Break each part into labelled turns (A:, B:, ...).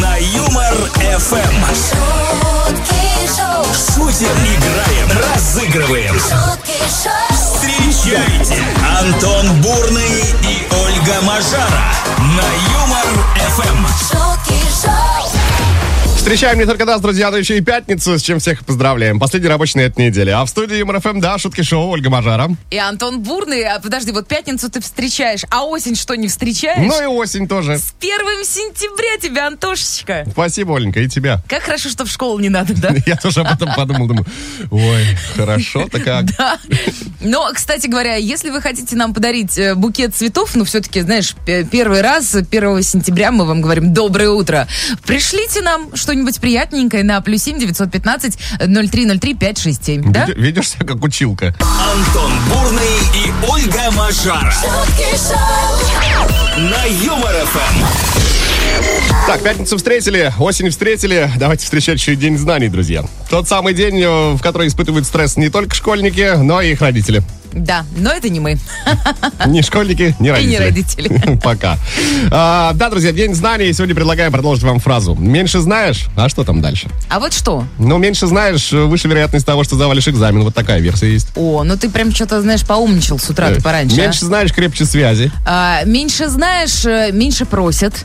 A: На Юмор ФМ. Шутим, играем, разыгрываем. Встречайте Антон Бурный и Ольга Мажара на Юмор Эм. ФМ.
B: Встречаем не только нас, друзья, но еще и пятницу, с чем всех поздравляем. Последний рабочий на этой неделе. А в студии Юмор ФМ, да, шутки шоу, Ольга Мажара.
C: И Антон Бурный, а, подожди, вот пятницу ты встречаешь, а осень что, не встречаешь?
B: Ну и осень тоже.
C: С первым сентября тебя, Антошечка.
B: Спасибо, Оленька, и тебя.
C: Как хорошо, что в школу не надо, да?
B: Я тоже об этом подумал, думаю, ой, хорошо-то как.
C: Да. Но, кстати говоря, если вы хотите нам подарить э, букет цветов, ну, все-таки, знаешь, п- первый раз, э, 1 сентября мы вам говорим «Доброе утро». Пришлите нам что-нибудь приятненькое на плюс 7 915 0303 567, да?
B: Веде- Ведешь себя как училка.
A: Антон Бурный и Ольга Мажара на Юмор Эм. ФМ.
B: Так, пятницу встретили, осень встретили. Давайте встречать еще и День знаний, друзья. Тот самый день, э, в который испытывают стресс не только школьники, но и их родители.
C: Да, но это не мы.
B: Ни школьники, ни родители.
C: не родители.
B: Пока. А, да, друзья, День знаний. Сегодня предлагаю продолжить вам фразу. Меньше знаешь, а что там дальше?
C: А вот что?
B: Ну, меньше знаешь, выше вероятность того, что завалишь экзамен. Вот такая версия есть.
C: О, ну ты прям что-то, знаешь, поумничал с утра ты пораньше. а?
B: Э, Меньше знаешь, крепче связи.
C: А, меньше знаешь, э, меньше просят.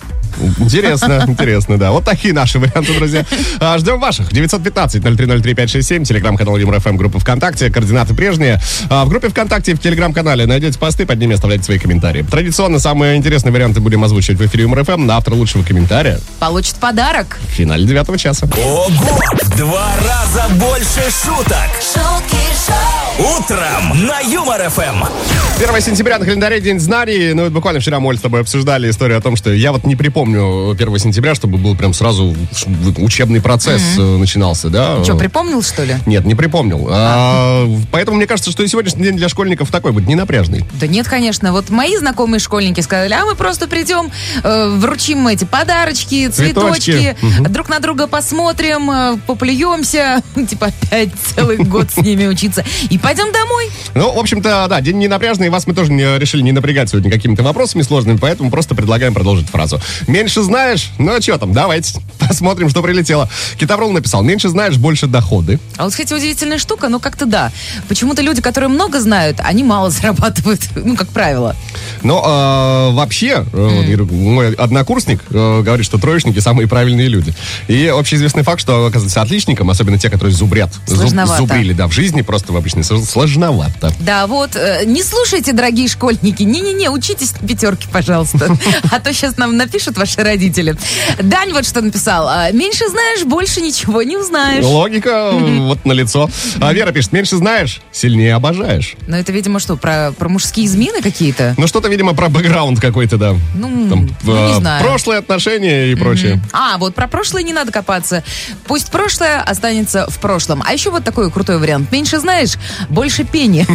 B: Интересно, интересно, да. Вот такие наши варианты, друзья. А, Ждем ваших. 915-0303-567, телеграм-канал ЮморФМ, группа ВКонтакте, координаты прежние. А, В группе ВКонтакте и в телеграм-канале найдете посты, под ними оставляйте свои комментарии. Традиционно самые интересные варианты будем озвучивать в эфире ЮморФМ на автор лучшего комментария
C: Получит подарок.
B: в финале девятого часа.
A: Ого! В два раза больше шуток. Утром на Юмор Эм. ФМ.
B: 1 сентября на календаре День знаний. Ну, вот буквально вчера мы Оль, с тобой обсуждали историю о том, что я вот не припомню 1 сентября, чтобы был прям сразу чтобы учебный процесс э, начинался, да?
C: Че, припомнил, что ли?
B: Нет, не припомнил. А, поэтому мне кажется, что и сегодняшний день для школьников такой будет ненапряжный.
C: Да нет, конечно. Вот мои знакомые школьники сказали, а мы просто придем, э, вручим эти подарочки,
B: Цветочки.
C: цветочки, друг на друга посмотрим, э, поплюемся, типа опять целый год с ними учиться, и пойдем домой.
B: Ну, в общем-то, да, день ненапряжный, и вас мы тоже не, э, решили не напрягать сегодня какими-то вопросами сложными, поэтому просто предлагаем продолжить фразу. Меньше знаешь, ну что там, давайте посмотрим, что прилетело. Китаврул написал, меньше знаешь, больше доходы.
C: А вот, кстати, удивительная штука, но как-то да. Почему-то люди, которые много знают, они мало зарабатывают, ну, как правило.
B: Но э, вообще, э, вот,
C: Хм.
B: говорю, мой однокурсник э, говорит, что троечники самые правильные люди. И общеизвестный факт, что, оказывается, отличникам, особенно те, которые зубрят, зуб-
C: Сложновато.
B: зубрили, да, в жизни, просто в обычной, сл- сложновато.
C: Да, вот, э, не слушайте, дорогие школьники. Не-не-не, учитесь на пятерке, пожалуйста. А то сейчас нам напишут ваши родители. Дань вот что написал. а, Меньше знаешь, больше ничего не узнаешь.
B: Логика э, вот на лицо. А Вера пишет, меньше знаешь, сильнее обожаешь.
C: Но это, видимо, что, про, про мужские измены какие-то?
B: Ну, что-то, видимо, про бэкграунд какой-то, да.
C: Ну,
B: Там,
C: ну, не
B: э,
C: знаю.
B: Прошлые отношения и прочее.
C: А, вот про прошлое не надо копаться. Пусть прошлое останется в прошлом. А еще вот такой крутой вариант. Меньше знаешь, больше пени.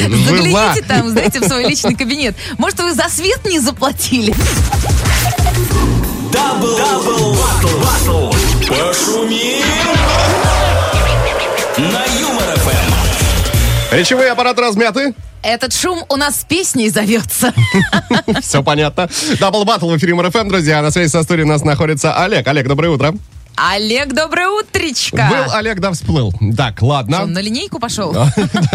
B: Жила.
C: Загляните там, знаете, в свой личный кабинет. Может, вы за свет не заплатили?
A: Дабл, дабл, батл, батл. Пошумим на Юмор Эм. ФМ.
B: Речевые аппараты размяты.
C: Этот шум у нас с песней зовется.
B: Все понятно. Дабл баттл в эфире МРФМ, друзья. На связи со студией у нас находится Олег. Олег, доброе утро.
C: Олег, доброе утречко.
B: Был а? Олег, да, всплыл. Так,
C: Что, Он
B: ладно.
C: на линейку пошел?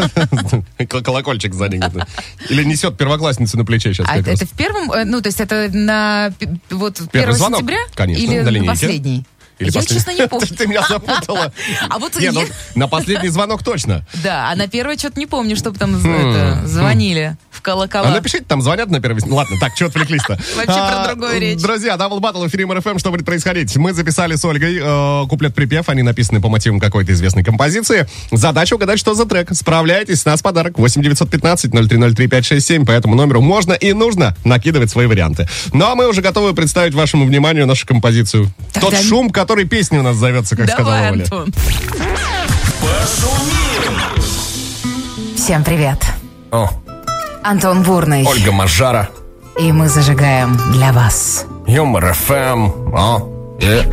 B: Кол- Колокольчик сзади. где-то. Или несет первоклассницу на плече сейчас
C: А
B: как
C: это,
B: раз.
C: это в первом, э, ну, то есть это на пи- вот 1
B: Первый звонок?
C: сентября?
B: Конечно,
C: Или
B: на линейке.
C: последний?
B: Или
C: Я,
B: послед-
C: честно, не помню.
B: Ты меня запутала.
C: А вот
B: Не,
C: я-
B: ну, на последний звонок точно.
C: Да, а на первое что-то не помню, чтобы там з- это, звонили в колокола.
B: Хм, А напишите, там звонят на первый... Ладно, так, чего отвлеклись-то? А,
C: Вообще про другое речь.
B: Друзья, Дабл Баттл, эфире МРФМ, что будет происходить? Мы записали с Ольгой э, куплет-припев, они написаны по мотивам какой-то известной композиции. Задача угадать, что за трек. Справляйтесь, с нас подарок 8915-0303-567. По этому номеру можно и нужно накидывать свои варианты. Ну, а мы уже готовы представить вашему вниманию нашу композицию.
C: Тогда-
B: Тот шум, который песня у нас зовется, как сказала
C: Давай,
B: Оля.
C: Антон. Всем привет.
D: О,
C: Антон Бурный.
D: Ольга Мажара,
C: И мы зажигаем для вас.
D: Юмор ФМ, о, эм, а? э.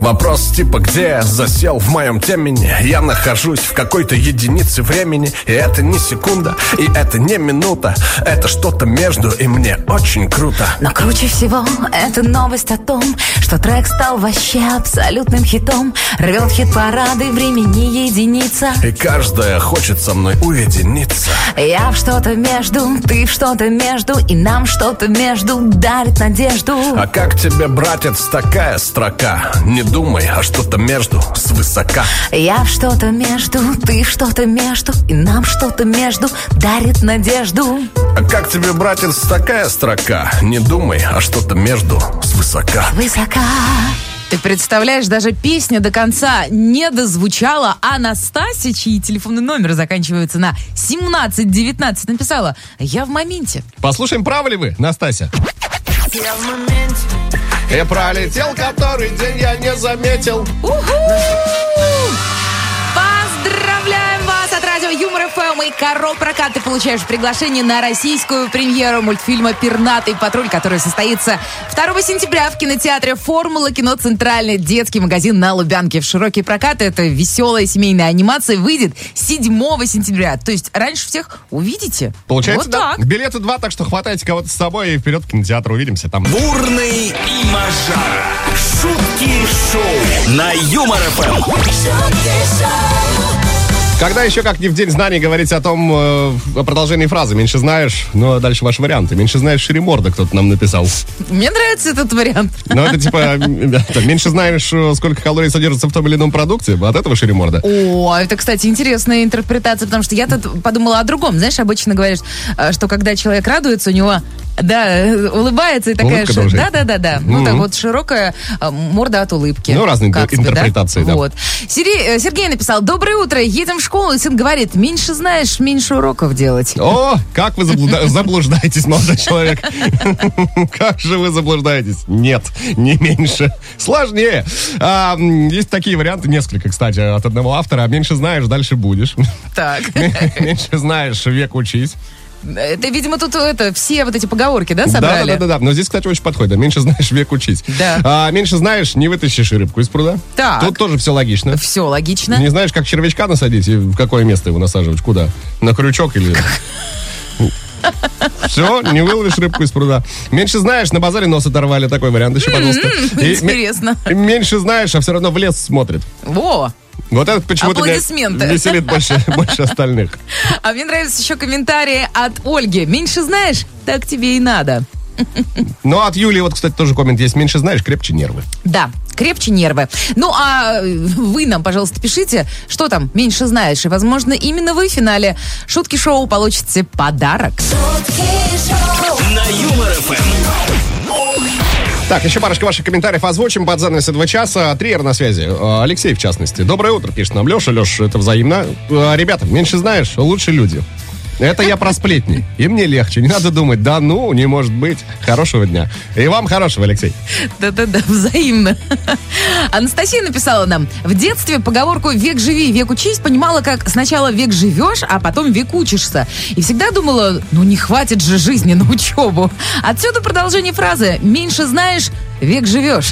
D: Вопрос типа «Где я засел в моем темени?» Я нахожусь в какой-то единице времени И это не секунда, и это не минута Это что-то между, и мне очень круто
E: Но круче всего это новость о том, что трек стал вообще абсолютным хитом. Рвет хит-парады времени единица.
D: И каждая хочет со мной уединиться
E: Я в что-то между, ты в что-то между, и нам что-то между дарит надежду.
D: А как тебе, братец, такая строка? Не думай, а что-то между свысока
E: Я в что-то между, ты в что-то между, и нам что-то между дарит надежду.
D: А как тебе, братец, такая строка? Не думай, а что-то между свысока
E: Высока.
C: Ты представляешь, даже песня до конца не дозвучала. а Анастасия, чьи телефонные номеры заканчиваются на 1719, написала «Я в моменте».
B: Послушаем, правы ли вы, Настасья? И пролетел который день, я не заметил.
C: Уху! Поздравляем вас от радио Юмор ФМ и Коро Прокат. Ты получаешь приглашение на российскую премьеру мультфильма «Пернатый патруль», который состоится 2 сентября в кинотеатре «Формула кино» Центральный детский магазин на Лубянке. В широкий прокат это веселая семейная анимация выйдет 7 сентября. То есть раньше всех увидите.
B: Получается,
C: вот
B: да?
C: так.
B: Билеты два, так что хватайте кого-то с собой и вперед к кинотеатру увидимся там.
A: Бурный и Мажара. Шутки шоу на Юмор ФМ.
B: Когда еще как не в день знаний говорить о том, э, о продолжении фразы «меньше знаешь», ну а дальше ваши варианты. «Меньше знаешь шире морда» кто-то нам написал.
C: Мне нравится этот вариант.
B: Ну это типа, м, да, там, меньше знаешь, э, сколько калорий содержится в том или ином продукте, от этого шире морда.
C: О, это, кстати, интересная интерпретация, потому что я тут подумала о другом. Знаешь, обычно говоришь, э, что когда человек радуется, у него да, э, улыбается и такая
B: Улыбка
C: же.
B: должна
C: Да,
B: быть.
C: да, да, да. Ну, так
B: Мгм.
C: вот широкая э, морда от улыбки.
B: Ну, разные
C: Как
B: интер-
C: тебе,
B: интерпретации, да.
C: Вот. Сери- э, Сергей написал: Доброе утро, едем в школу, и сын говорит: меньше знаешь, меньше уроков делать.
B: О, как вы заблуда- заблуждаетесь, молодой человек. Как же вы заблуждаетесь? Нет, не меньше. Сложнее. А, м, есть такие варианты, несколько, кстати, от одного автора. Меньше знаешь, дальше будешь.
C: Так.
B: Меньше знаешь, век учись.
C: Это, видимо, тут э, это, все вот эти поговорки, да,
B: Да, да,
C: собрали?
B: да, да, да. Но здесь, кстати, очень подходит. да. Меньше знаешь, век учись.
C: Да.
B: А, меньше знаешь, не вытащишь и рыбку из пруда.
C: Так.
B: Тут тоже все логично.
C: Все логично.
B: Не знаешь, как червячка насадить и в какое место его насаживать? Куда? На крючок или... Все, не выловишь рыбку из пруда. Меньше знаешь, на базаре нос оторвали. Такой вариант еще, пожалуйста. И
C: М-м-м, интересно.
B: ме- Меньше знаешь, а все равно в лес смотрит.
C: Во!
B: Вот этот почему-то меня
C: Аплодисменты.
B: веселит больше, больше остальных.
C: А мне нравятся еще комментарии от Ольги. Меньше знаешь, так тебе и надо.
B: Но Ну, от Юли, вот, кстати, тоже коммент есть. Меньше знаешь, крепче нервы.
C: Да, крепче нервы. Ну, а э, вы нам, пожалуйста, пишите, что там меньше знаешь. И, возможно, именно вы в финале шутки шоу получите подарок.
A: На Юмор ФМ.
B: Так, еще парочка ваших комментариев озвучим под занавес этого часа. Триер на связи. Э, Алексей, в частности. Доброе утро, пишет нам Леша. Леша, это взаимно. Э, Ребята, меньше знаешь, лучше люди. Это я про сплетни. И мне легче. Не надо думать, да ну, не может быть. Хорошего дня. И вам хорошего, Алексей.
C: Да-да-да, взаимно. Анастасия написала нам. В детстве поговорку «век живи, век учись» понимала, как сначала век живешь, а потом век учишься. И всегда думала, ну не хватит же жизни на учебу. Отсюда продолжение фразы «меньше знаешь, век живешь».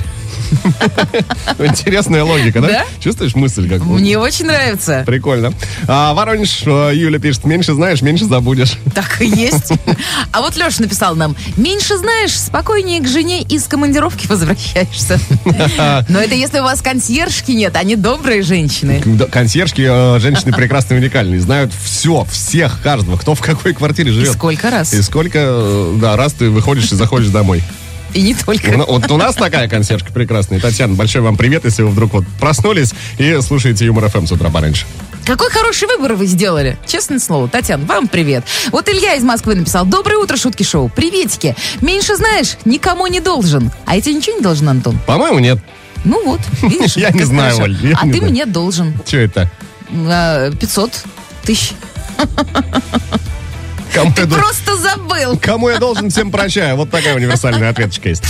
B: Интересная логика, да?
C: Да?
B: Чувствуешь мысль как бы?
C: Мне очень нравится.
B: Прикольно. А, Воронеж, э, Юля пишет, меньше знаешь, меньше забудешь.
C: Так и есть. А вот Леша написал нам, меньше знаешь, спокойнее к жене из командировки возвращаешься. Но это если у вас консьержки нет, они добрые женщины.
B: Да, Консьержки, э, женщины прекрасные, уникальные. Знают все, всех, каждого, кто в какой квартире живет.
C: сколько раз?
B: И сколько, э, да, раз ты выходишь и заходишь домой.
C: И не
B: У
C: только.
B: на- Вот у нас такая консьержка прекрасная. Татьяна, большой вам привет, если вы вдруг вот проснулись и слушаете Юмор ФМ с утра пораньше.
C: Какой хороший выбор вы сделали. Честное слово, Татьяна, вам привет. Вот Илья из Москвы написал, доброе утро, шутки шоу, приветики. Меньше знаешь, никому не должен. А я тебе ничего не должен, Антон?
B: По-моему, нет.
C: Ну вот, видишь?
B: Я не
C: как
B: знаю,
C: хорошо.
B: Оль, я
C: А
B: не
C: ты
B: знаю.
C: мне должен
B: Че это?
C: э, 500 тысяч.
B: Кому я, дол-
C: Просто забыл.
B: Кому я должен, всем прощаю. Вот такая универсальная ответочка есть.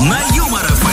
A: На Юмор ФМ.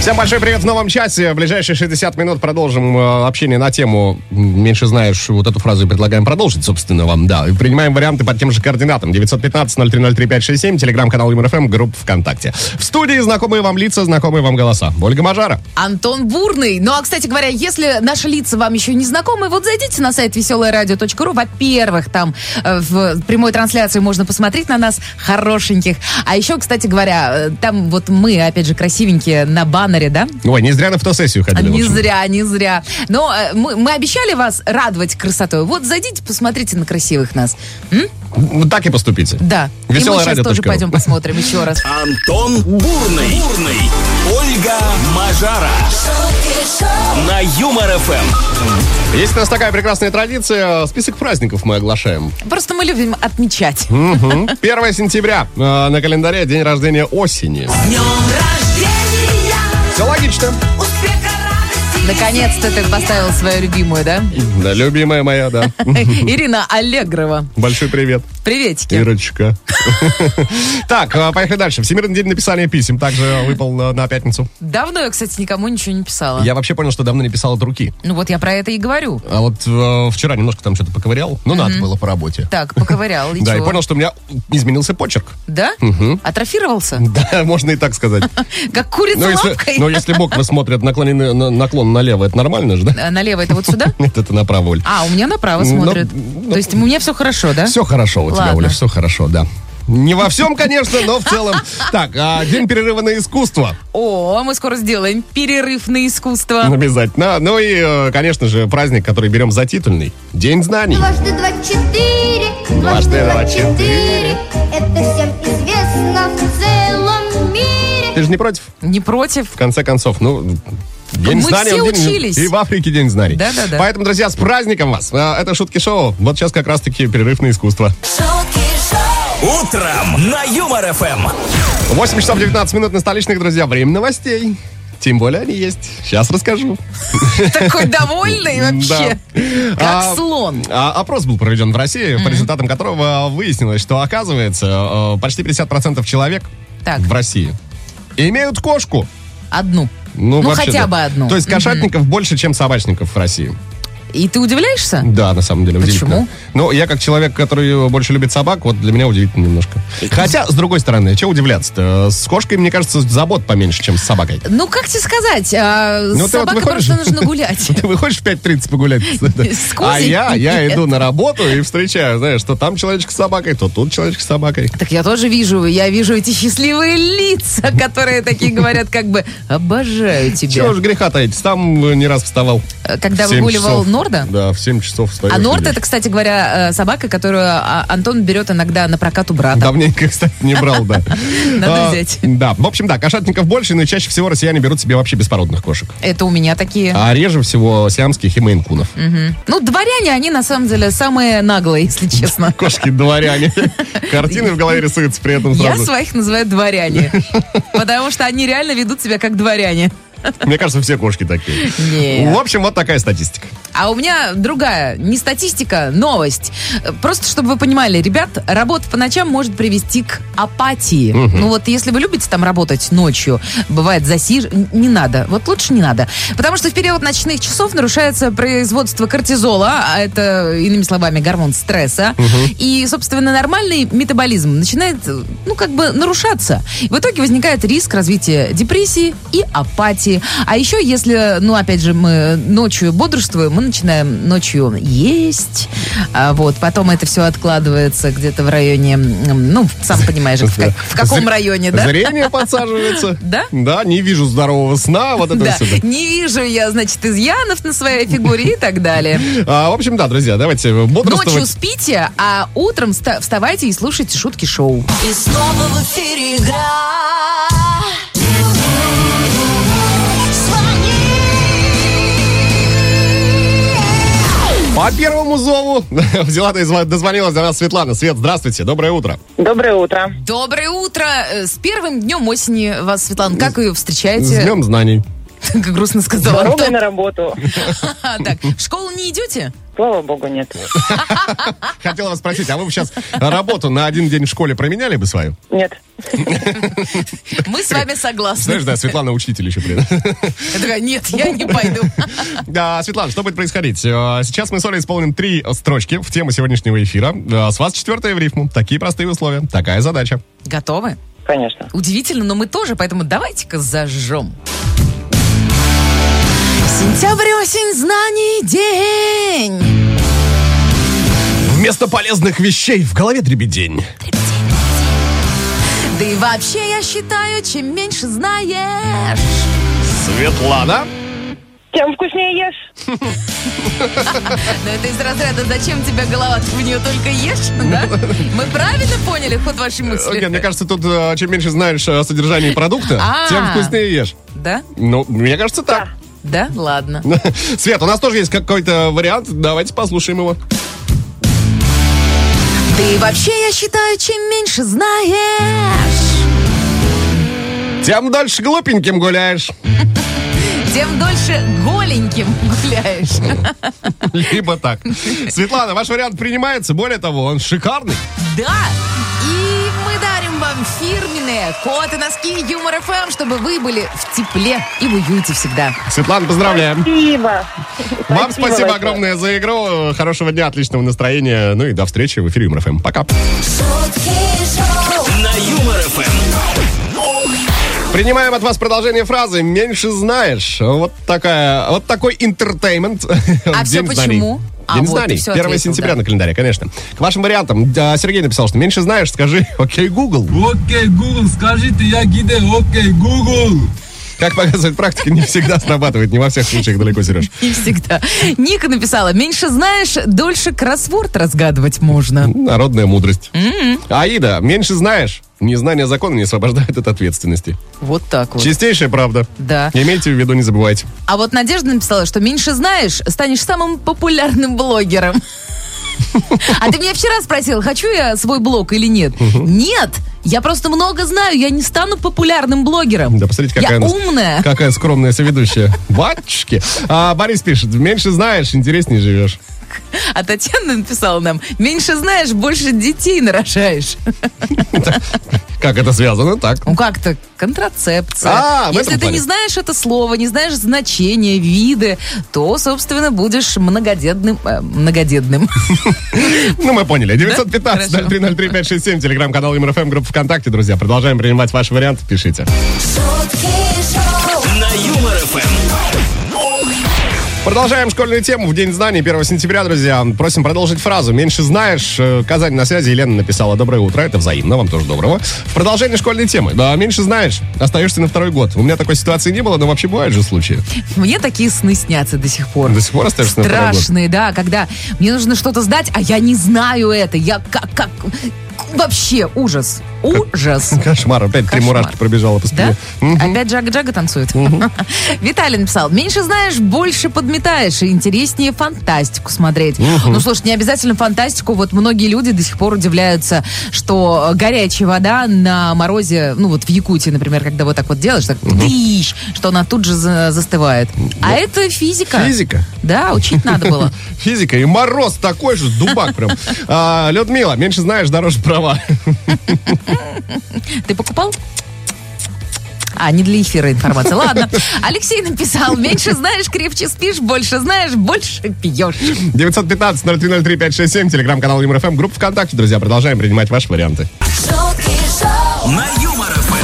B: Всем большой привет в новом часе. В ближайшие 60 минут продолжим э, общение на тему м, «меньше знаешь». Вот эту фразу и предлагаем продолжить, собственно, вам, да. И принимаем варианты под тем же координатам. 915-0303-567, телеграм-канал ЮморФМ, группа ВКонтакте. В студии знакомые вам лица, знакомые вам голоса. Ольга Мажара.
C: Антон Бурный. Ну, а, кстати говоря, если наши лица вам еще не знакомы, вот зайдите на сайт веселорадио.ру. Во-первых, там э, в прямой трансляции можно посмотреть на нас хорошеньких. А еще, кстати говоря, э, там вот мы, опять же, красивенькие на баннере, да?
B: Ой, не зря на фотосессию ходили. в
C: не
B: общем.
C: зря, не зря. Но э, мы, мы обещали вас радовать красотой. Вот зайдите, посмотрите на красивых нас. М?
B: Ну, Так и поступите.
C: Да. И мы сейчас
B: Веселорадио.ру.
C: тоже пойдем посмотрим еще раз.
A: Антон Бурный. Бурный. Ольга Мажара. На Юмор ФМ.
B: Есть у нас такая прекрасная традиция. Список праздников мы оглашаем.
C: Просто мы любим отмечать.
B: Мгм. 1 сентября э, на календаре день рождения осени.
E: Днем рождения,
B: Все логично.
E: успеха, радости.
C: Наконец-то ты поставил свою любимую, да?
B: Да, любимая моя, да.
C: Ирина Аллегрова.
B: Большой привет,
C: Приветики.
B: Ирочка. Так, э, поехали дальше. Всемирный день написания писем также выпал э, на пятницу.
C: Давно я, кстати, никому ничего не писала.
B: Я вообще понял, что давно не писал от руки.
C: Ну вот я про это и говорю.
B: А вот э, вчера немножко там что-то поковырял. Ну, надо было по работе.
C: Так, поковырял. И
B: Да, ну и
C: чё?
B: понял, что у меня изменился почерк.
C: Да? Атрофировался?
B: Да, можно и так сказать.
C: Как курица
B: Но Ну, если,
C: лапкой?
B: но если буквы смотрят наклонены, на- наклон налево, это нормально же, да?
C: Э, Налево это вот сюда?
B: Нет, это направо, Оль.
C: А, у меня направо
B: Ну,
C: смотрят.
B: ну,
C: То есть у меня все хорошо, да?
B: Все хорошо у тебя,
C: Ладно.
B: Оля, все хорошо, да. Не во всем, конечно, но в целом. Так, а, день перерыва на искусство.
C: О, мы скоро сделаем перерыв на искусство.
B: Обязательно. Ну и, э, конечно же, праздник, который берем за титульный. День знаний.
F: Дважды два четыре,
B: Дважды два четыре.
F: Это всем известно в целом мире.
B: Ты же не против?
C: Не против?
B: В конце концов, ну... День
C: Мы
B: знаний,
C: все
B: он день-
C: учились.
B: И в Африке день знаний.
C: Да-да-да.
B: Поэтому, друзья, с праздником вас. А, Это шутки-шоу. Вот сейчас как раз-таки перерыв на искусство.
E: Шутки шоу.
A: Утром на Юмор ФМ.
B: 8 часов 19 минут на столичных, друзья. Время новостей. Тем более они есть. Сейчас расскажу.
C: Такой довольный вообще.
B: Да.
C: Как
B: А,
C: слон.
B: А, Опрос был проведен в России, по результатам которого выяснилось, что оказывается, э, почти 50% человек
C: Так.
B: в России имеют кошку.
C: Одну. Ну,
B: вообще,
C: хотя
B: да.
C: бы одну.
B: То есть кошатников больше, чем собачников в России.
C: И ты удивляешься?
B: Да, на самом деле,
C: Почему?
B: удивительно. Ну, я как человек, который больше любит собак, вот для меня удивительно немножко. Хотя, с другой стороны, чего удивляться-то? С кошкой, мне кажется, забот поменьше, чем с собакой.
C: Ну, как тебе сказать, а,
B: Ну,
C: с
B: ты вот
C: собакой
B: выходишь-
C: просто нужно гулять.
B: Ты выходишь в 5.30 погулять?
C: С
B: А
C: Кузей?
B: я, я
C: Нет.
B: иду на работу и встречаю, знаешь, что там человечек с собакой, то тут человечек с собакой.
C: Так я тоже вижу, я вижу эти счастливые лица, которые такие говорят, как бы, обожаю тебя.
B: Чего же греха таить? Там э, не раз вставал.
C: Э, Когда
B: В семь
C: выгуливал
B: часов.
C: Норда?
B: Да, в 7 часов встаю.
C: А Норд
B: конечно.
C: это, кстати говоря, э, собака, которую а, Антон берет иногда на прокат у брата.
B: Давненько, кстати, не брал, да.
C: А
B: А,
C: Надо взять.
B: Да, в общем, да, кошатников больше, но чаще всего россияне берут себе вообще беспородных кошек.
C: Это у меня такие.
B: А реже всего сиамских и мейн-кунов.
C: Ну, дворяне, они на самом деле самые наглые, если честно.
B: Кошки-дворяне. Картины в голове рисуются при этом
C: Я
B: сразу.
C: своих называю дворяне. Потому что они реально ведут себя как дворяне.
B: Мне кажется, все кошки такие.
C: Нет.
B: В общем, вот такая статистика.
C: А у меня другая, не статистика, новость. Э, Просто чтобы вы понимали, ребят, работа по ночам может привести к апатии. Ну вот если вы любите там работать ночью, бывает засиж... н- Не надо, вот лучше не надо. Потому что в период ночных часов нарушается производство кортизола, а это, иными словами, гормон стресса. И, собственно, нормальный метаболизм начинает, э, ну, как бы нарушаться. В итоге возникает риск развития депрессии и апатии. А еще, если, ну, опять же, мы ночью бодрствуем, мы начинаем ночью есть, а вот, потом это все откладывается где-то в районе, м, ну, сам понимаешь, в, как- в каком
B: Зр-
C: районе, да?
B: Зрение подсаживается.
C: Да?
B: Да, не вижу здорового сна, вот это
C: Да,
B: все.
C: не вижу я, значит, изъянов на своей фигуре и так далее.
B: А, в общем, да, друзья, давайте
C: Ночью
B: бодрствовать.
C: спите, а утром ста- вставайте и слушайте шутки шоу.
E: И снова в эфире игра.
B: По первому зову взяла, дозв- дозвонилась до нас Светлана. Свет, здравствуйте, доброе утро.
G: Доброе утро.
C: Доброе утро! Э, С первым днем осени вас, Светлана, как вы ее
B: С
C: встречаете?
B: днем знаний.
C: Как грустно сказал
G: Дорога
C: Антон. А,
G: на работу.
C: Так, в школу не идете?
G: Слава богу, нет.
B: Хотел вас спросить, а вы бы сейчас работу на один день в школе променяли бы свою?
G: Нет.
C: Мы с вами согласны.
B: Знаешь, да, Светлана учитель еще, блин.
C: Я такая, нет, я не пойду.
B: Да, Светлана, что будет происходить? Э, Сейчас мы с Олей исполним три строчки в тему сегодняшнего эфира. Э, С вас четвертая в рифму. Такие простые условия, такая задача.
C: Готовы?
G: Конечно.
C: Удивительно, но мы тоже, поэтому давайте-ка зажжем. Сентябрь, осень, знаний, день.
B: Вместо полезных вещей в голове дребедень.
C: Да и вообще, я считаю, чем меньше знаешь,
B: Светлана.
G: Тем вкуснее ешь.
C: Но это из разряда «Зачем тебе голова? Ты в нее только ешь?» да? Мы правильно поняли ход вашей мысли?
B: Нет, мне кажется, тут э, чем меньше знаешь о содержании продукта,
C: А.
B: тем вкуснее ешь.
C: Да?
B: Ну, мне кажется, так.
C: Да? Ладно.
B: Ну. Свет, у нас тоже есть какой-то вариант. Давайте послушаем его.
C: Ты вообще, я считаю, чем меньше знаешь,
B: Тем дальше глупеньким гуляешь.
C: тем дольше голеньким гуляешь.
B: Либо так. Светлана, ваш вариант принимается. Более того, он шикарный.
C: Да! И мы дарим вам фирменные коты, носки Юмор ФМ, чтобы вы были в тепле и в уюте всегда.
B: Светлана, поздравляем.
G: Спасибо.
B: Вам спасибо
G: большое.
B: огромное за игру. Хорошего дня, отличного настроения. Ну и до встречи в эфире Юмор ФМ. Пока.
A: На Юмор ФМ.
B: Принимаем от вас продолжение фразы «меньше знаешь». Вот, такая, вот такой интертеймент. А
C: всё почему? А,
B: День
C: вот,
B: знаний.
C: ты всё
B: 1
C: ответил,
B: сентября
C: да.
B: на календаре, конечно. К вашим вариантам. Да, Сергей написал, что «меньше знаешь, скажи «Окей, Google».
H: Окей, Google, скажите, я гиде, окей, Google.
B: Как показывает практика, не всегда срабатывает, не во всех случаях далеко, Сереж.
C: И всегда. Ника написала, меньше знаешь, дольше кроссворд разгадывать можно.
B: Народная мудрость.
C: М-м.
B: Аида, меньше знаешь, незнание закона не освобождает от ответственности.
C: Вот так вот.
B: Чистейшая правда.
C: Да.
B: Имейте в виду, не забывайте.
C: А вот Надежда написала, что меньше знаешь, станешь самым популярным блогером. А ты меня вчера спросил, хочу я свой блог или нет? Нет, я просто много знаю, я не стану популярным блогером.
B: Да, посмотрите, какая
C: я
B: она-
C: умная.
B: Какая скромная соведущая. Батюшки. А, Борис пишет, меньше знаешь, интереснее живешь.
C: А Татьяна написала нам, меньше знаешь, больше детей нарожаешь.
B: Как это связано? Так.
C: Ну как-то контрацепция.
B: А, в этом
C: Если ты
B: плане.
C: не знаешь это слово, не знаешь значения, виды, то, собственно, будешь многодетным. э, многодетным.
B: Ну, мы поняли. 915
C: Хорошо.
B: 0303 567 телеграм-канал МРФМ, группа ВКонтакте, друзья. Продолжаем принимать ваши варианты, пишите.
A: На Юмор ФМ.
B: Продолжаем школьную тему в День знаний 1 сентября, друзья. Просим продолжить фразу. Меньше знаешь. Э, Казань на связи. Елена написала «Доброе утро». Это взаимно. Вам тоже доброго. В продолжение школьной темы. Да, меньше знаешь. Остаешься на второй год. У меня такой ситуации не было, но вообще бывают же случаи.
C: Мне такие сны снятся до сих пор.
B: До сих пор остаешься на второй год.
C: Страшные, да, когда мне нужно что-то сдать, а я не знаю это. Я как, как, вообще ужас. Ужас.
B: Кошмар. Опять три
C: Кошмар.
B: мурашки пробежала по
C: Да?
B: спине. Мгм.
C: Опять Джага-Джага танцует. Виталий написал, меньше знаешь, больше подметаешь, и интереснее фантастику смотреть. Ну, слушай, не обязательно фантастику. Вот многие люди до сих пор удивляются, что э, горячая вода на морозе, ну, вот в Якутии, например, когда вот так вот делаешь, так тыщ, что она тут же за- застывает. А это физика.
B: Физика.
C: Да, учить надо было.
B: Физика. И мороз такой же, дубак прям. А, Людмила, меньше знаешь, дороже права.
C: Ты покупал? А, не для эфира информация. Ладно. Алексей написал, меньше знаешь, крепче спишь, больше знаешь, больше пьешь.
B: 915-0303-567, телеграм-канал МРФМ, группа ВКонтакте, друзья. Продолжаем принимать ваши варианты.
A: На Юмор ФМ.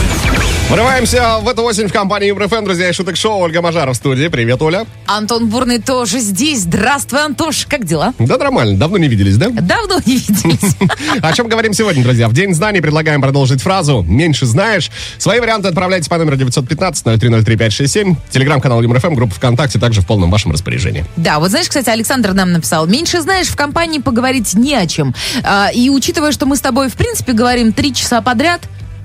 B: Врываемся в эту осень в компании МРФМ, друзья, и шуток шоу. Ольга Мажара в студии. Привет, Оля.
C: Антон Бурный тоже здесь. Здравствуй, Антош. Как дела?
B: Да, нормально. Давно не виделись, да?
C: Давно не виделись.
B: О чем говорим сегодня, друзья? В День знаний предлагаем продолжить фразу «меньше знаешь». Свои варианты отправляйте по номеру 915-0303-567, телеграм-канал МРФМ, группа ВКонтакте также в полном вашем распоряжении.
C: Да, вот знаешь, кстати, Александр нам написал, меньше знаешь, в компании поговорить не о чем. А, И учитывая, что мы с тобой, в принципе, говорим три часа подряд,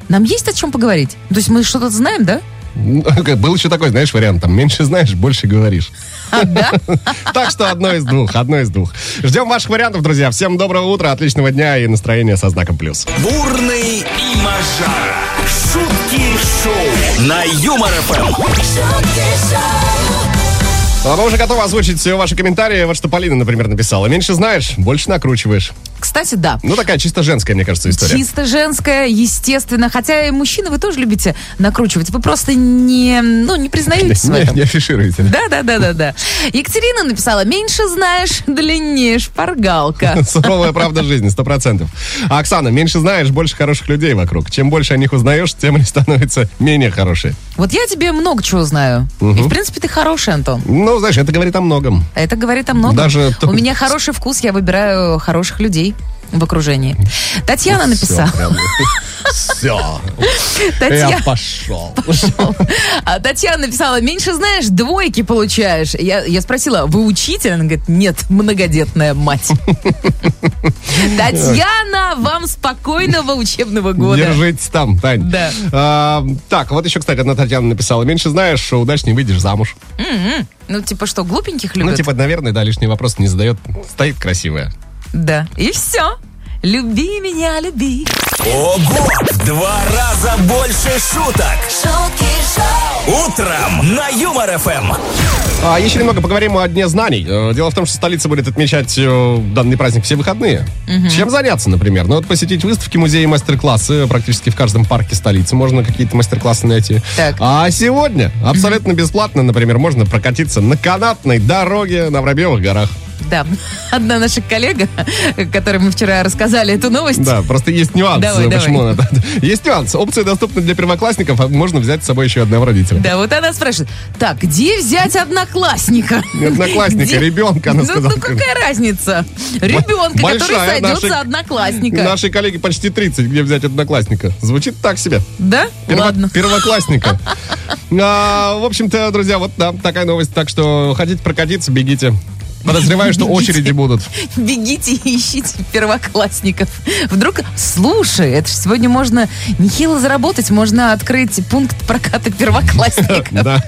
C: нам есть о чем поговорить? То есть мы что-то знаем, да?
B: Ну, как Был еще такой, знаешь, вариант, там, меньше знаешь, больше говоришь. Так что одно из двух, одно из двух. Ждем ваших вариантов, друзья. Всем доброго утра, отличного дня и настроения со знаком плюс.
A: Бурный и Мажара. Шутки Шоу на Юмор ФМ.
B: А мы уже готовы озвучить э, ваши комментарии. Вот что Полина, например, написала. Меньше знаешь, больше накручиваешь.
C: Кстати, да.
B: Ну, такая чисто женская, мне кажется, история.
C: Чисто женское, естественно. Хотя и мужчины вы тоже любите накручивать. Вы просто не, ну, не признаетесь в
B: Не,
C: этом.
B: не афишируйте. да.
C: Да, да, да, да, да. Екатерина написала, меньше знаешь, длиннее шпаргалка.
B: Суровая правда жизни, сто процентов. А, Оксана, меньше знаешь, больше хороших людей вокруг. Чем больше о них узнаешь, тем они становятся менее хорошие.
C: Вот я тебе много чего знаю. И, в принципе, ты хороший, Антон.
B: Ну, знаешь, это говорит о многом.
C: Это говорит о многом.
B: Даже
C: У
B: то-
C: меня хороший вкус, я выбираю хороших людей в окружении. Татьяна написала.
B: Все, я а
C: Татья-
B: пошел.
C: А Татьяна написала, меньше знаешь, двойки получаешь. Я, я спросила, вы учитель? Она говорит, нет, многодетная мать. Татьяна, вам спокойного учебного года.
B: Держитесь там, Тань.
C: Да.
B: А, так, вот еще, кстати, одна Татьяна написала. Меньше знаешь, удачнее выйдешь замуж.
C: Ну, типа что, глупеньких
B: Ну,
C: любят?
B: типа, наверное, да, лишний вопрос не задает. Стоит красивая.
C: Да. И все. Люби меня, люби.
A: Ого! В Два раза больше шуток. Утром на Юмор ФМ.
B: А еще немного поговорим о Дне знаний. Э, Дело в том, что столица будет отмечать э, данный праздник все выходные. Чем заняться, например? Ну, вот посетить выставки, музеи, мастер-классы. Практически в каждом парке столицы можно какие-то мастер-классы найти.
C: Так.
B: А сегодня абсолютно бесплатно, например, можно прокатиться на канатной дороге на Воробьевых горах.
C: Да, одна наша коллега, которой мы вчера рассказали эту новость,
B: Да, просто есть нюанс.
C: Давай,
B: почему
C: давай.
B: она- Есть нюанс. Опция доступна для первоклассников, а можно взять с собой еще одного родителя.
C: Да, вот она спрашивает, так, где взять одноклассника?
B: Не одноклассника,
C: Где-
B: ребенка, она
C: ну,
B: сказала.
C: ну, какая разница? Ребенка, который
B: большая
C: сойдет
B: наша-
C: за одноклассника.
B: Нашей коллеге почти 30, где взять одноклассника. Звучит так себе.
C: Да?
B: Перво-
C: Ладно.
B: Первоклассника. А, в общем-то, друзья, вот да, такая новость. Так что хотите прокатиться, бегите. Подозреваю, что
C: Бегите.
B: очереди будут.
C: Бегите и ищите первоклассников. Вдруг, слушай, это ж сегодня можно нехило заработать, можно открыть пункт проката первоклассников.
B: Да.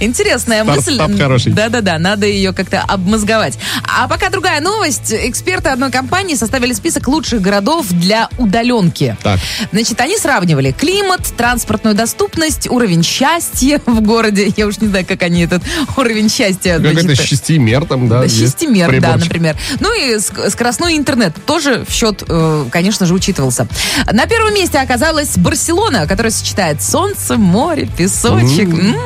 C: Интересная
B: Старт-
C: мысль.
B: старт хороший.
C: Да-да-да, надо ее как-то обмозговать. А пока другая новость. Эксперты одной компании составили список лучших городов для удаленки.
B: Так.
C: Значит, они сравнивали климат, транспортную доступность, уровень счастья в городе. Я уж не знаю, как они этот уровень счастья...
B: Какой-то
C: значит,
B: шестимер там, да. есть
C: Шестимер, да,
B: приборчик.
C: например. Ну и ск- скоростной интернет тоже в счет, э, конечно же, учитывался. На первом месте оказалась Барселона, которая сочетает солнце, море, песочек. М.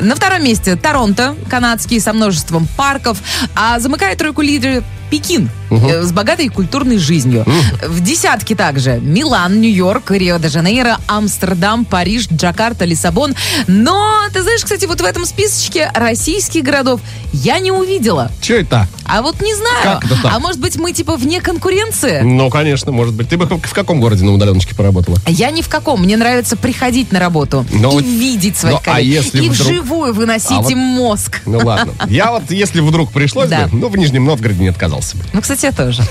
C: На втором месте Торонто, канадский, со множеством парков. А замыкает тройку лидеры Пекин э, с богатой культурной жизнью. В десятке также Милан, Нью-Йорк, Рио-де-Жанейро, Амстердам, Париж, Джакарта, Лиссабон. Но, ты знаешь, кстати, вот в этом списочке российских городов я не увидела.
B: Че это?
C: А вот не знаю.
B: Как это так?
C: А может быть, мы типа вне конкуренции?
B: Ну, конечно, может быть. Ты бы в каком городе на удаленочке поработала?
C: Я ни в каком. Мне нравится приходить на работу
B: Но
C: и
B: вот-
C: видеть своих
B: но а
C: коллег.
B: если
C: и
B: вдруг-
C: вживую выносить
B: А вот-
C: им мозг.
B: Ну ладно. Я вот, если вдруг пришлось
C: Да.
B: бы, ну, в Нижнем Новгороде не отказался бы.
C: Ну, кстати, я тоже.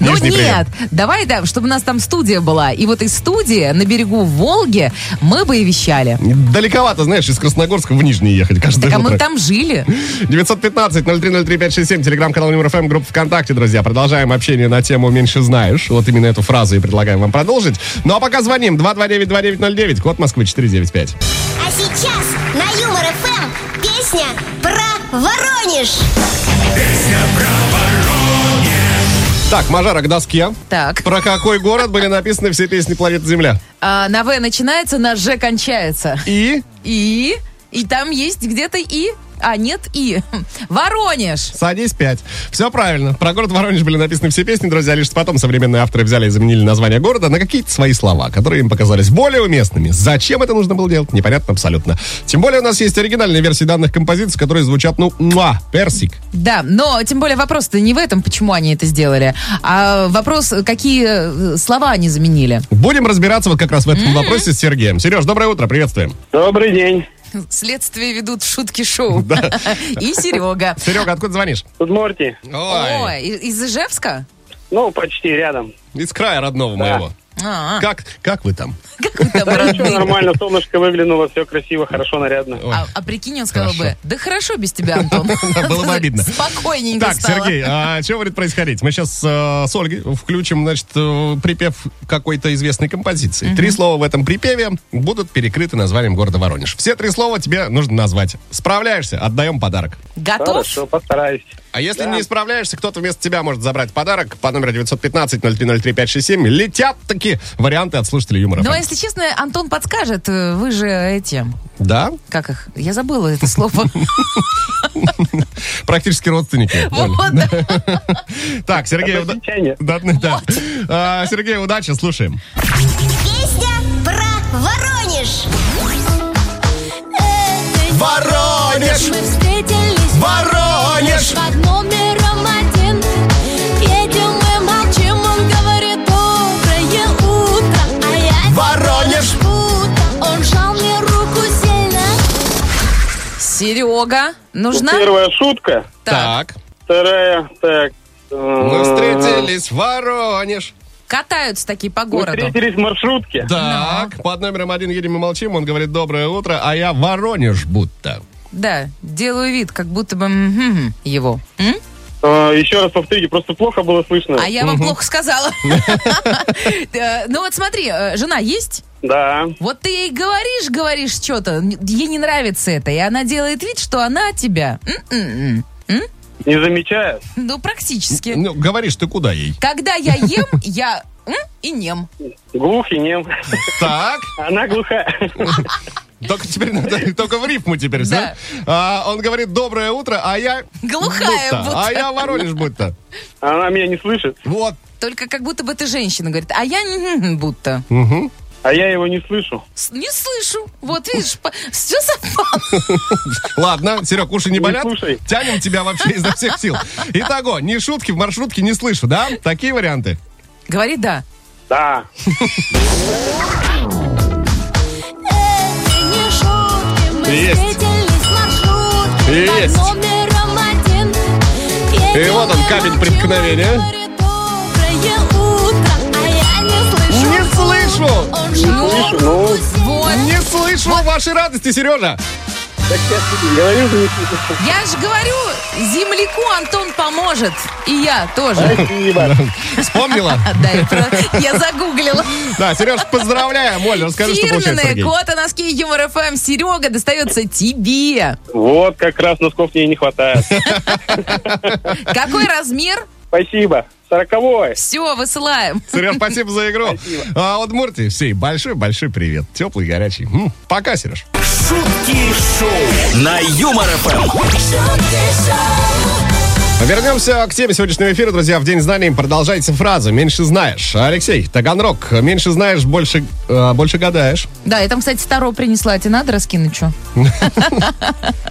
C: Ну
B: Нижний
C: нет, давай, да, чтобы у нас там студия была. И вот из студии на берегу Волги мы бы и вещали.
B: Далековато, знаешь, из Красногорска в Нижний ехать каждое
C: Так а мы
B: утро.
C: там жили.
B: 915-0303-567, телеграм-канал Юмор ФМ, группа ВКонтакте, друзья. Продолжаем общение на тему «Меньше знаешь». Вот именно эту фразу и предлагаем вам продолжить. Ну а пока звоним 229-2909, код Москвы 495.
F: А сейчас на Юмор ФМ песня про Воронеж.
B: Так, Мажара к доске.
C: Так.
B: Про какой город были написаны все песни «Планеты Земля»?
C: А, на В начинается, на Ж кончается.
B: И
C: И... И там есть где-то и... А, нет, и. Воронеж.
B: «Садись пять». Все правильно. Про город Воронеж были написаны все песни, друзья. Лишь потом современные авторы взяли и заменили название города на какие-то свои слова, которые им показались более уместными. Зачем это нужно было делать, непонятно абсолютно. Тем более у нас есть оригинальные версии данных композиций, которые звучат, ну, муа, персик.
C: Да, но тем более вопрос-то не в этом, почему они это сделали, а вопрос, какие э, слова они заменили.
B: Будем разбираться вот как раз в этом вопросе с Сергеем. Сереж, доброе утро, приветствуем.
G: Добрый день.
C: Следствие ведут шутки-шоу. И Серега.
B: Серега, откуда звонишь?
G: Морти.
C: Ой, и- из Ижевска?
G: Ну, почти рядом.
B: Из края родного моего.
C: А,
B: Как, как вы там?
C: Как вы там
I: Все
C: родные?
I: нормально, солнышко выглянуло, все красиво, хорошо, нарядно.
C: А, а прикинь, он сказал
B: Хорошо.
C: бы, да хорошо без тебя, Антон.
B: Было бы обидно.
C: Спокойненько
B: Так,
C: стало.
B: Сергей, а что будет происходить? Мы сейчас с Ольгой включим, значит, э, припев какой-то известной композиции. Три слова в этом припеве будут перекрыты названием города Воронеж. Все три слова тебе нужно назвать. Справляешься, отдаем подарок.
C: Готов?
I: Хорошо, постараюсь.
B: А если не справляешься, кто-то вместо тебя может забрать подарок по номеру 915-0303-567. Летят такие варианты от слушателей юмора.
C: Ну, а если честно, Антон подскажет, э, вы же эти,
B: Да?
C: как их, я забыла это слово.
B: Практически родственники. Оль.
C: Вот, да.
B: Так, Сергей, уда-
I: Односельчане.
B: Э, да, да, да. А, Сергей, удачи, слушаем.
F: Песня про Воронеж.
B: Воронеж!
J: Мы встретились
B: Воронеж!
J: под номером один Едем мы молчим, он говорит доброе утро А я
B: Воронеж!
J: будто он жал мне руку сильно
C: Серега, нужна?
I: Первая шутка,
B: Так.
I: вторая, так. э,
B: Мы
C: А.
B: встретились в Воронеж.
C: Катаются такие по
I: Мы
C: городу.
I: встретились в маршрутке.
B: Так, под номером один едем и молчим. Он говорит «Доброе утро», а я Воронеж будто.
C: Да, делаю вид, как будто бы мгм, его. М?
I: Э, Еще раз повторите, просто плохо было слышно.
C: А я вам плохо сказала. Э, Ну вот смотри, э, жена есть?
I: Да.
C: Вот ты ей говоришь, говоришь что-то, н- ей не нравится это, и она делает вид, что она тебя. М-м-м.
I: Не замечаю.
C: Ну, практически.
B: Ну, говоришь ты куда ей?
C: Когда я ем, я м, и нем.
I: Глух и нем.
B: Так,
I: Она глухая.
B: только теперь надо, только в рифму теперь, да?
C: Да.
B: А, он говорит «Доброе утро», а я...
C: Глухая
B: будто.
C: будто.
B: А я Воронеж будто.
I: Она меня не слышит,
B: Вот.
C: Только как будто бы ты женщина, говорит, а я м, будто.
B: Мгм.
I: а я его не слышу.
C: С- Не слышу. Вот видишь, все совпало.
B: Ладно, Серег, уши не болят?
I: слушай.
B: Тянем тебя вообще изо всех сил. Итого, ни шутки в маршрутке не слышу, да? Такие варианты.
C: Говори да.
I: Да.
J: Это не шутки, мы
B: Есть.
J: встретились в маршрутке
B: Есть.
J: под номером один
B: И вот он,
J: мы
B: камень
J: молчим,
B: преткновения.
J: он говорит доброе утро А я не слышу
B: Не слышу!
J: Он жал мне
I: Слышу, ну,
J: руку сильно
C: Вот.
B: Не слышу вашей радости, Сережа.
I: так я тебе говорю, что не слышу.
C: Я же говорю, земляку Антон поможет. И я тоже.
I: Спасибо.
B: Вспомнила?
C: А, Да, я про- я загуглила.
B: Да, Сереж, поздравляем. Оль, расскажи, что получается, Сергей.
C: Фирменные кота носки Юмор ФМ. Серега, достается тебе.
I: Вот как раз носков мне и не хватает.
C: Какой размер?
I: Спасибо. Сороковой.
C: Все, высылаем.
B: Сереж, спасибо за игру. А от Мурти всей большой-большой привет. Теплый, горячий. М, Пока, Сереж.
A: Шутки шоу на Юмор ФМ.
B: Вернемся к теме сегодняшнего эфира, друзья. В День знаний продолжайте фразу «меньше знаешь». Алексей, Таганрог, меньше знаешь, больше, э, больше гадаешь.
C: Да, я там, кстати, старого принесла. А Тебе надо раскинуть что?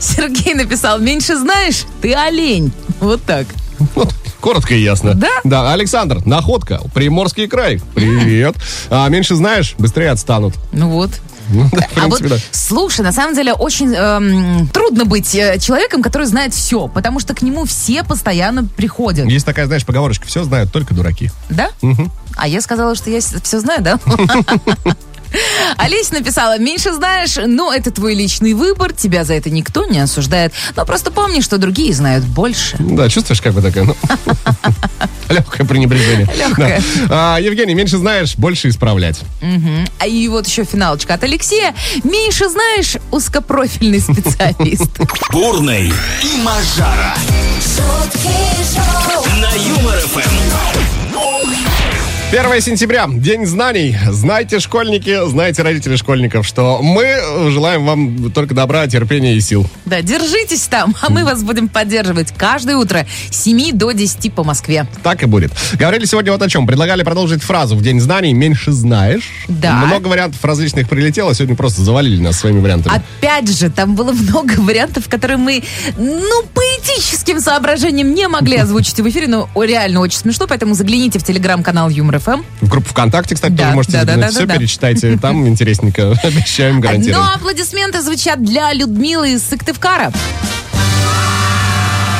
C: Сергей написал, меньше знаешь, ты олень. Вот так.
B: Вот, коротко и ясно.
C: Да?
B: Да, Александр, находка, Приморский край. Привет. А меньше знаешь, быстрее отстанут.
C: Ну вот.
B: Ну, да, в
C: А вот,
B: принципе, да.
C: слушай, на самом деле очень эм, трудно быть э, человеком, который знает все, потому что к нему все постоянно приходят,
B: Есть такая, знаешь, поговорочка, все знают только дураки.
C: да? А я сказала, что я все знаю, да? Олеся написала, меньше знаешь, но это твой личный выбор, тебя за это никто не осуждает. Но просто помни, что другие знают больше.
B: Ну Да, чувствуешь, как бы такая, ну... Легкое пренебрежение.
C: Лёгкое.
B: Да. А, Евгений, меньше знаешь, больше исправлять.
C: А и вот еще финалочка от Алексея. Меньше знаешь, узкопрофильный специалист.
A: Бурный и Мажара. На Юмор ФМ.
B: 1 сентября, День знаний. Знайте, школьники, знайте, родители школьников, что мы э, желаем вам только добра, терпения и сил.
C: Да, держитесь там, а мы вас будем поддерживать каждое утро с 7 до 10 по Москве.
B: Так и будет. Говорили сегодня вот о чем. Предлагали продолжить фразу в День знаний «меньше знаешь».
C: Да.
B: Много вариантов различных прилетело. Сегодня просто завалили нас своими вариантами.
C: А Опять же, там было много вариантов, которые мы, ну, по этическим соображениям не могли озвучить в эфире, но о, реально очень смешно, поэтому загляните в телеграм-канал Юмор ФМ.
B: В группу ВКонтакте, кстати,
C: Да,
B: тоже можете
C: да, да,
B: заглянуть.
C: да,
B: Все
C: да. А
B: перечитайте. Там интересненько. Обещаем,
C: Ну,
B: гарантируем.
C: Но аплодисменты звучат для Людмилы из Сыктывкара.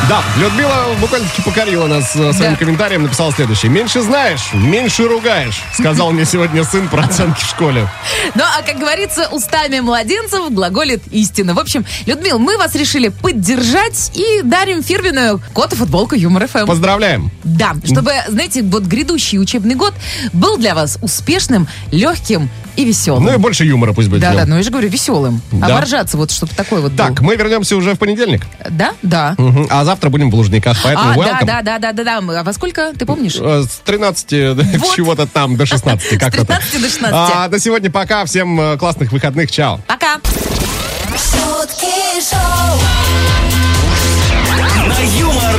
B: Да, Людмила буквально-таки покорила нас э, своим
C: Да.
B: комментарием, написала следующее. «Меньше знаешь, меньше ругаешь», сказал мне сегодня сын про оценки в школе.
C: Ну, а как говорится, устами младенцев глаголит истина. В общем, Людмил, мы вас решили поддержать и дарим фирменную кота футболку Юмор ФМ.
B: Поздравляем.
C: Да, чтобы, знаете, вот грядущий учебный год был для вас успешным, легким и веселым.
B: Ну и больше юмора пусть будет. в
C: да,
B: нем.
C: да, ну я же говорю, веселым.
B: Да.
C: Оборжаться вот, чтобы такой вот был.
B: Так, мы вернемся уже в понедельник.
C: Да, да.
B: Мгм. А завтра будем в Лужниках, поэтому
C: А, да,
B: welcome.
C: да, да, да, да, да. Мы- А во сколько, ты помнишь?
B: Э, С 13
C: Вот.
B: чего-то там до 16. Как
C: С 13 до 16.
B: А, на сегодня пока. Всем э, классных выходных. Чао.
C: Пока.
J: Шутки шоу.
A: На Юмор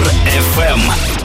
A: ФМ.